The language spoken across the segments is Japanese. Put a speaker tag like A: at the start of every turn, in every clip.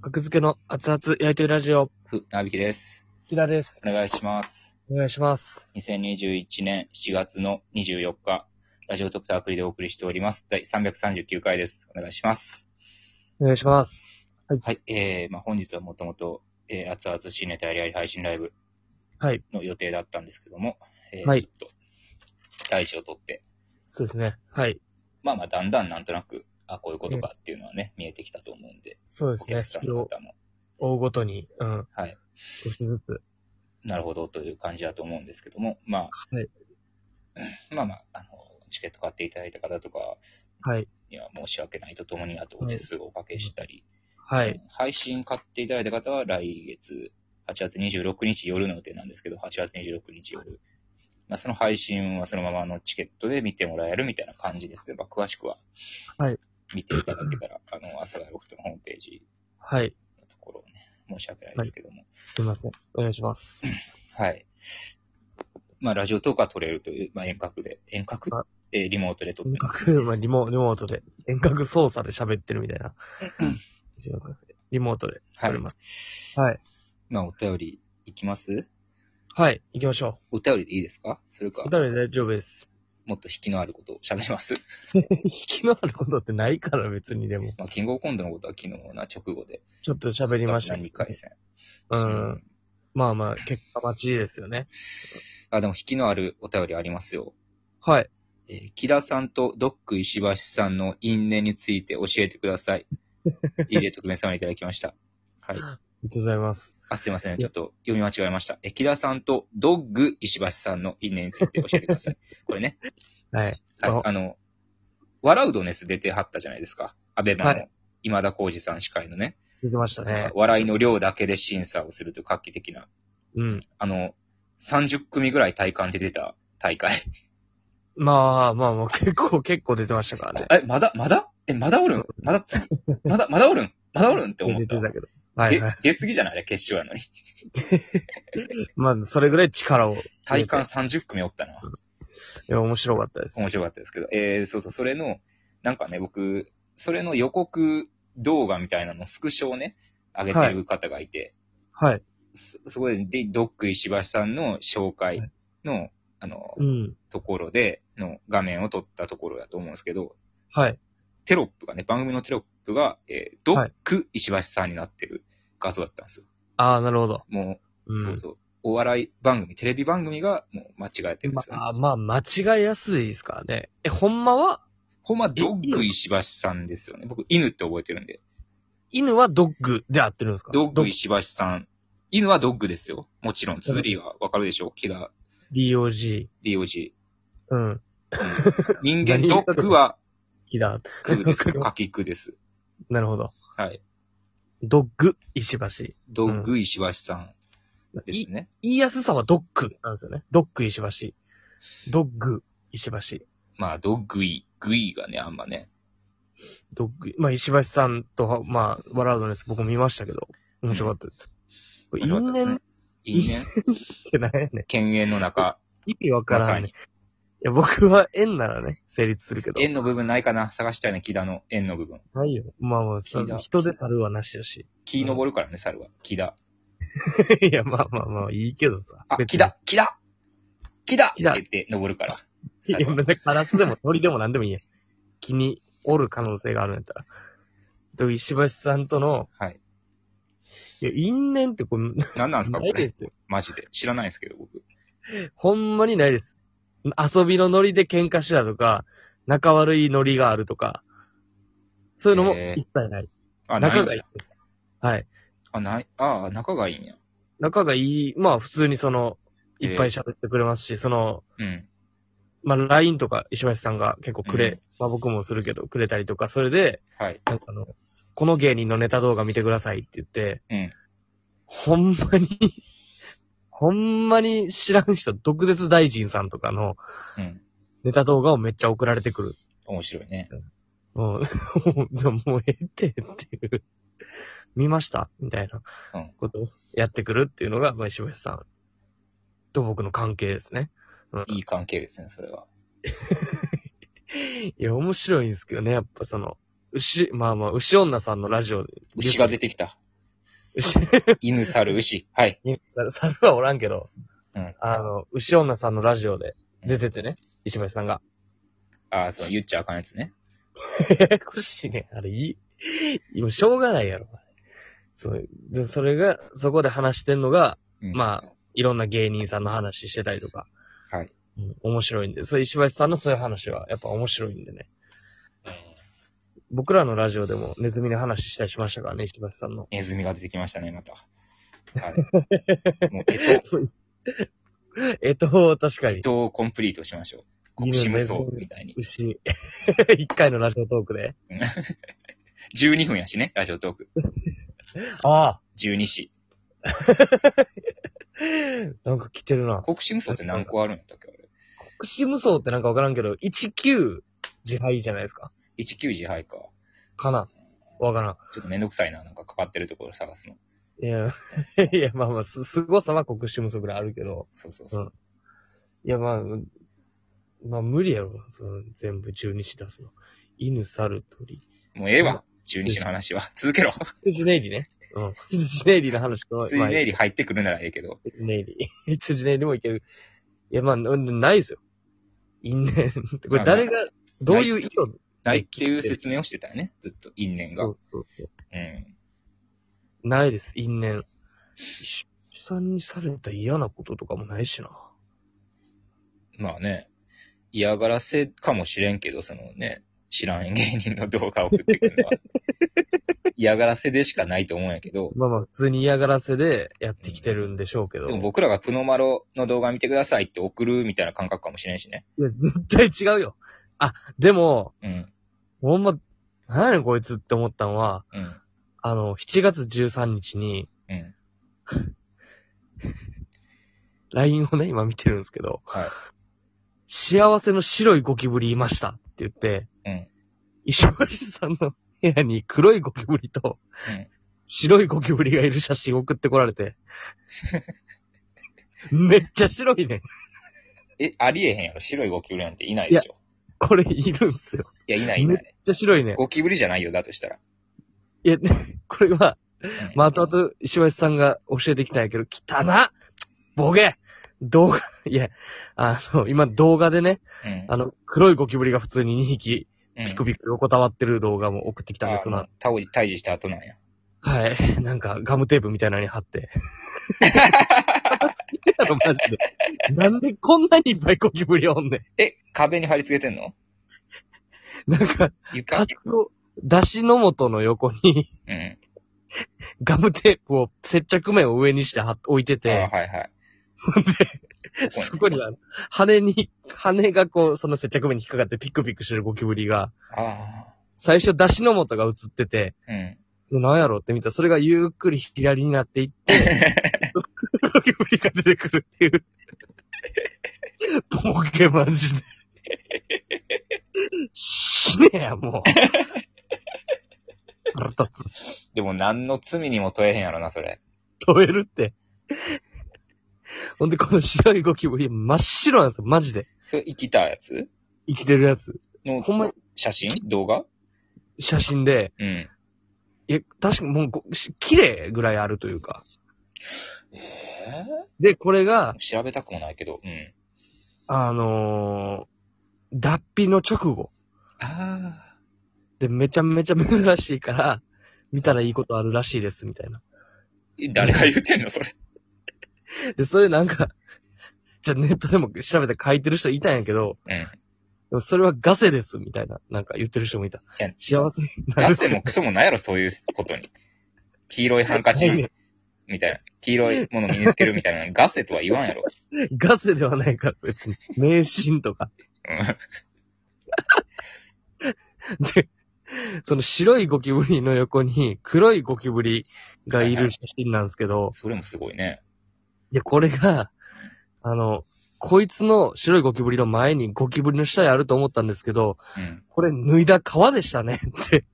A: 格付けの熱々焼いてるラジオ、
B: ふ、なびきです。
A: 木田です。
B: お願いします。
A: お願いします。
B: 2021年7月の24日、ラジオドクターアプリでお送りしております。第339回です。お願いします。
A: お願いします。
B: はい、えー、まあ本日はもともと、えー、熱々新ネタやりあり配信ライブ
A: はい。
B: の予定だったんですけども、えー、
A: はい
B: ちょっと、大事を取って、
A: そうですね。はい。
B: まあまあだんだんなんとなく、あ、こういうことかっていうのはね、見えてきたと思うんで、
A: そうで
B: お
A: すね。
B: 客さん
A: 日
B: の
A: を
B: 方も、
A: 追うごとに、うん。
B: はい。
A: 少しずつ。
B: なるほどという感じだと思うんですけども、まあ、
A: はい
B: まあまあ、あの、チケット買っていただいた方とか
A: はい。
B: には申し訳ないとともに、あとお手数をおかけしたり、
A: はい。
B: 配信買っていただいた方は来月、8月26日夜の予定なんですけど、8月26日夜。まあ、その配信はそのままあのチケットで見てもらえるみたいな感じですね。まあ、詳しくは、
A: はい
B: 見ていただけたら、あの、朝がロフトのホームページ
A: はい。
B: のところをね、申し訳ないですけども。
A: すいません。お願いします。
B: はい。まあ、ラジオとか撮れるという、まあ、遠隔で、遠隔
A: あ
B: えーリモートで撮って
A: 遠
B: ます。
A: 隔、まあ、リモリモートで、遠隔操作で喋ってるみたいな。リモートで
B: は
A: 撮
B: い
A: れ。ます。はい。
B: まあ、お便りいきます
A: はい。行きましょ
B: お便りでいいですかそれか
A: う。、ダメで大丈夫です。
B: もっと引きのあることを喋ります。
A: 引きのあることってないから別にでも。
B: まあ、キングオブコントのことは昨日な直後で。
A: ちょっと喋りました。
B: 2回戦。
A: うん。まあまあ、結果待ちですよね。
B: あ、でも引きのあるお便りありますよ。
A: はい。
B: えー木田さんとドック石橋さんの因縁について教えてく ださい。DJ 特命様にいただきました。はい。
A: ありがとうございます。
B: あ、すいません。ちょっと読み間違えました。え、木田さんとドッグ石橋さんの因縁について教えてくだ さい。これね、
A: はい。
B: はい
A: あ
B: あの、笑うドネス出てはったじゃないですか。アベマの、
A: はい
B: 今田耕司さん司会のね、
A: 出てましたね。
B: 笑いの量だけで審査をするという画期的な、
A: うん。
B: あの、30組ぐらい体感で出た大会。
A: まあまあまあ、結構、結構出てましたからね。
B: え、まだ、まだえ、まだおるんまだつ、まだ、まだおるんまだおるんって思っ
A: 出
B: た
A: て。たけど。はいはい。
B: 出、出すぎじゃないあれ決勝やのに。
A: まあ、それぐらい力を。
B: 体感30組おったな。
A: いや、面白かったです。
B: 面白かったですけど、えー、そうそう、それの、なんかね、僕、それの予告動画みたいなの、スクショをね、上げてる方がいて、
A: はい。
B: そそこで、でドック石橋さんの紹介の、あの
A: う、ん。
B: ところで、の画面を撮ったところだと思うんですけど、
A: はい。
B: テロップがね、番組のテロップが、えー、ドック石橋さんになってる画像だったんですよ。
A: ああ、なるほど。
B: もう、
A: うん。
B: そうそう。お笑い番組、テレビ番組が、もう間違えてるんですよ、ね。
A: まあまあ、間違いやすいですからね。え、ほんまは、
B: ほんま、ドッグ石橋さんですよね。僕、犬って覚えてるんで。
A: 犬はドッグで合ってるんですか
B: ドッグ石橋さん。犬はドッグですよ。もちろん、綴りはわかるでしょう。キラ
A: ?DOG。
B: DOG。
A: うん。
B: 人間ドッグは
A: 木だ。
B: クで すよ。
A: わ
B: カ
A: か
B: キクです。
A: なるほど。
B: はい。
A: ドッグ、石橋。
B: ドッグ石橋さんですね。
A: 言いやすさはドッグなんですよね。ドッグ、石橋。ドッグ、石橋。
B: まあ、ドッグイ、グイがね、あんまね。
A: ドッグ、まあ、石橋さんとは、まあ、ワラードネス僕も見ましたけど、面白かったです。これ因縁っ
B: 因縁
A: てなんやねん。
B: 犬猿の中、
A: 意味わか
B: ま
A: ら
B: さ
A: んねん。い
B: に。
A: や、僕は縁ならね、成立するけど。
B: 円の部分ないかな探したいね、木田の円の部分。
A: ないよ。まあまあ、さ
B: 木だ
A: 人で猿はなしだし。
B: 木登るからね、猿は。木田。
A: いや、まあまあまあ、いいけどさ。
B: あ、
A: 別に
B: 木田木田木田っ
A: 木
B: て
A: 田
B: 言って登るから。
A: いや、別にカラスでも鳥でも何でもいいや。気におる可能性があるんやったら。で、石橋さんとの、
B: はい。
A: いや、因縁ってこれ、
B: 何なんですか、
A: な
B: こ
A: い
B: れ
A: で。すよ。
B: マジで。知らないんですけど、僕。
A: ほんまにないです。遊びのノリで喧嘩したとか、仲悪いノリがあるとか、そういうのも
B: へー
A: 一切ない。
B: あ、ない
A: 仲
B: んだ
A: がいいです。はい。
B: あ、ない、ああ、仲がいいんや。
A: 仲がいい、まあ普通にその、
B: へー
A: いっぱい喋ってくれますし、その、
B: うん。
A: まあ LINE とか石橋さんが結構くれ、
B: うん
A: まあ僕もするけど、くれたりとか、それで、
B: はい。
A: なんかあの、この芸人のネタ動画見てくださいって言って、
B: うん。
A: ほんまに、ほんまに知らん人、毒舌大臣さんとかの
B: うん。
A: ネタ動画をめっちゃ送られてくる。
B: 面白いね。
A: もう、も うでももうええってっていう、見ましたみたいな
B: うん
A: ことをやってくるっていうのが、まあ、石橋さんと僕の関係ですね。
B: いい関係ですね、それは。
A: いや、面白いんですけどね、やっぱその、牛、まあまあ、牛女さんのラジオで、
B: 牛が出てきた。
A: 牛、
B: 犬、猿、牛。はい。
A: 猿猿はおらんけど、
B: うん
A: あの、牛女さんのラジオで出ててね、石橋さんが。
B: ああ、そう、言っちゃあかんやつね。
A: ややこしいね。あれ、いい。今、しょうがないやろ。そう。で、それが、そこで話してんのが、
B: うん、
A: まあ、いろんな芸人さんの話してたりとか。
B: はい。
A: うん、面白いんで。そう、石橋さんのそういう話は、やっぱ面白いんでね。僕らのラジオでもネズミの話したりしましたからね、石橋さんの。
B: ネズミが出てきましたね、また。 はい。もう、えと、
A: えっと、確か
B: え
A: に。
B: とをコンプリートしましょ。
A: いいうね
B: シムソウみたいに。
A: 牛。 一回のラジオトークで。
B: 12分やしね、ラジオトーク。
A: ああ。
B: 12子。
A: なんか来てるな。
B: 国士無双って何個あるんやったっけ、あれ。
A: 国士無双ってなんかわからんけど、19自敗じゃないですか。
B: 19自敗か。
A: かな。わからん。
B: ちょっとめんどくさいな、なんかかかってるところ探すの。
A: いや、 いや、まあまあ、す、凄さは国士無双ぐらいあるけど。
B: そうそうそう。
A: いや、まあ、まあ無理やろ。その全部十二支出すの。犬、猿、鳥。
B: もうええわ。12子の話は。続けろ。
A: 羊ネイリね。うん。羊ネイリの話と、
B: 水ネイリ入ってくるならええけど。
A: 羊ネイリ。 羊ネイリもいける。いや、まあ、なないですよ。因縁。これ誰が、どういう意図
B: ないっていう説明をしてたよね。ずっと、因縁が。。
A: そううそうそうんないです、因縁。石橋さんにされた嫌なこととかもないしな。
B: まあね、嫌がらせかもしれんけど、そのね、知らん芸人の動画を送って くるのは、嫌がらせでしかないと思うんやけど、
A: まあまあ、普通に嫌がらせでやってきてるんでしょうけど。
B: でも僕らがプノマロの動画見てくださいって送るみたいな感覚かもしれんしね。
A: いや、絶対違うよ。あ、でも、
B: うん。
A: ほんま、何やねんこいつって思ったのは、
B: うん。
A: あの、7月13日に、
B: うん。
A: LINE をね、今見てるんですけど、
B: はい
A: 幸せの白いゴキブリいましたって言って、
B: うん
A: 石橋さんの 部屋に黒いゴキブリと、
B: うん
A: 白いゴキブリがいる写真送ってこられて、めっちゃ白いね。
B: え、ありえへんやろ。白いゴキブリなんていないでしょ。
A: これいるんすよ。
B: いや、いないい
A: め
B: な
A: っ
B: い。
A: ちゃ白いね。
B: ゴキブリじゃないよ、だとしたら。
A: いや、ねこれは、
B: うん
A: まあ、後々石橋さんが教えてきたんやけど、汚なボケ動画、いや、あの、今動画でね、
B: うん。
A: あの、黒いゴキブリが普通に2匹、
B: うん、
A: ピクピク横たわってる動画も送ってきたんです、その
B: あタオ退治した後なんや。
A: はい。なんか、ガムテープみたいなのに貼って。 やろマジで。なんでこんなにいっぱいゴキブリおんね
B: え、壁に貼り付けてんの
A: ん。なんか、
B: 床
A: カツオ、だしの素の横に、
B: うん。
A: ガムテープを、接着面を上にして貼っ置いて
B: あ
A: て、
B: はいはい。
A: そこにあの、羽に、羽がこう、その接着面に引っかかってピクピクしてるゴキブリが、
B: あ
A: 最初だしの素が映ってて、
B: あ。うん。
A: でなんやろうって見たら、それがゆっくり左になっていって、ゴキブリが出てくるっていう。ボケマジで。死ねや、もう。腹立つ。
B: でも何の罪にも問えへんやろな、それ。
A: 飛べるって。ほんで、この白いゴキブリ、真っ白なんですよ、マジで。
B: それ生きたやつ
A: 生きてるやつ。
B: の
A: ほんまに
B: 写真動画
A: 写真で、
B: うん。
A: いや、確かにもうご、し綺麗ぐらいあるというか。
B: え
A: で、これが、
B: 調べたくもないけど、うん。
A: あのー脱皮の直後。
B: ああ。
A: で、めちゃめちゃ珍しいから、見たらいいことあるらしいです、みたいな。
B: 誰が言ってんの、それ。
A: で、それなんか、じゃあネットでも調べて書いてる人いたんやけど、
B: うん。い
A: でもそれはガセです、みたいな、なんか言ってる人もいた。
B: や、
A: 幸せにな
B: ガ
A: る
B: セもクソもないやろ、そういうことに。黄色いハンカチ
A: ないね
B: みたいな。黄色いもの身につけるみたいな。 ガセとは言わんやろ。
A: ガセではないから、別に。迷信とか。
B: うん。
A: で、その白いゴキブリの横に黒いゴキブリがいる写真なんですけど、
B: それもすごいね。
A: で、これが、あの、こいつの白いゴキブリの前にゴキブリの死体あると思ったんですけど、
B: うん。
A: これ脱いだ皮でしたねって、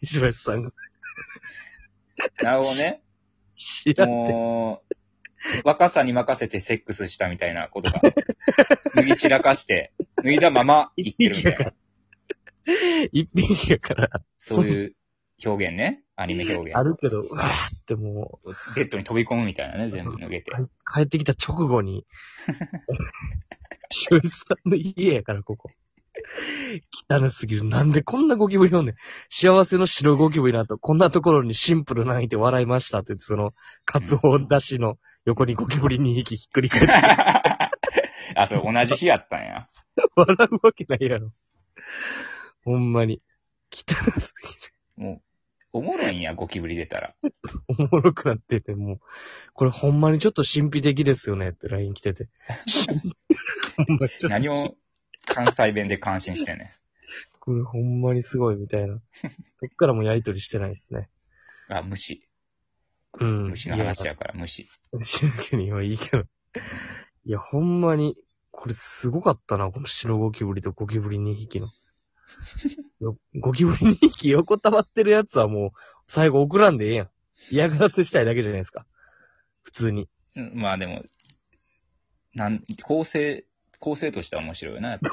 A: 石橋さんが
B: なるほど ね。
A: 知らん。
B: もう、若さに任せてセックスしたみたいなことが。脱ぎ散らかして、脱いだまま生きてるみたいな。
A: 一匹やから。
B: そういう表現ね。アニメ表現。
A: あるけど、うわーっても
B: ベッドに飛び込むみたいなね、全部脱 げて
A: う、。か帰ってきた直後に、周一さんの家やから、ここ。汚すぎる。なんでこんなゴキブリおんねん。幸せの白ゴキブリの後、こんなところにシンプルな相手笑いましたって言って、その、カツオだしの横にゴキブリ2匹ひっくり返って
B: あ、それ同じ日やったんや。
A: 笑うわけないやろ。ほんまに。汚す
B: もう、おもろいんや、ゴキブリ出たら。
A: おもろくなってて、もう、これほんまにちょっと神秘的ですよねって LINE 来て て。ほんまちょっと
B: 何を関西弁で感心してんねん。
A: これほんまにすごいみたいな。そっからもうやりとりしてないですね。
B: あ、虫。
A: うん。
B: 虫の話やから、虫。
A: いや。虫の毛にはいいけど。いや、ほんまに、これすごかったな、この白ゴキブリとゴキブリ2匹の。よゴキブリ2匹横たまってるやつはもう、最後送らんでええやん。嫌がらせしたいだけじゃないですか。普通に。
B: うんまあでも、なん、構成、構成としては面白いよな。やっぱ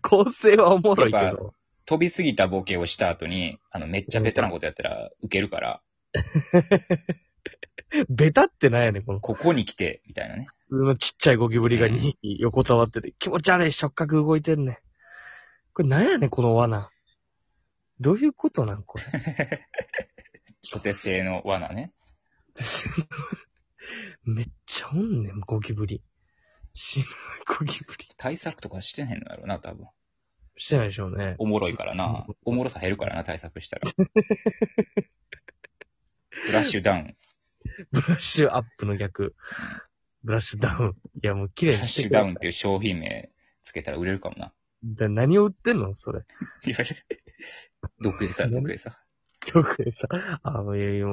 A: 構成はおもろいけ
B: やっ
A: ど。
B: 飛びすぎたボケをした後に、あの、めっちゃベタなことやったら、ウケるから、
A: ベタってなんやねん、この
B: ここに来て、みたいなね。
A: 普通のちっちゃいゴキブリが2匹横たわってて、気持ち悪い触覚動いてんねん。これなんやねん、この罠。どういうことなん、これ。
B: 小手製の罠ね。
A: めっちゃおんねん、ゴキブリ。死ぬゴキブリ。
B: 対策とかしてへんのやろな、多分。
A: してないでしょうね。
B: おもろいからな。おもろさ減るからな、対策したら。ブラッシュダウン。
A: ブラッシュアップの逆。ブラッシュダウン。いや、もう綺
B: ブ
A: 麗
B: ラ
A: に
B: ッ
A: し
B: シ
A: て
B: ュ
A: くれ
B: ダウンっていう商品名つけたら売れるかもな。
A: だ何を売ってんのそれ。
B: いやいや毒餌、毒餌。
A: よくさ、あの、いやいや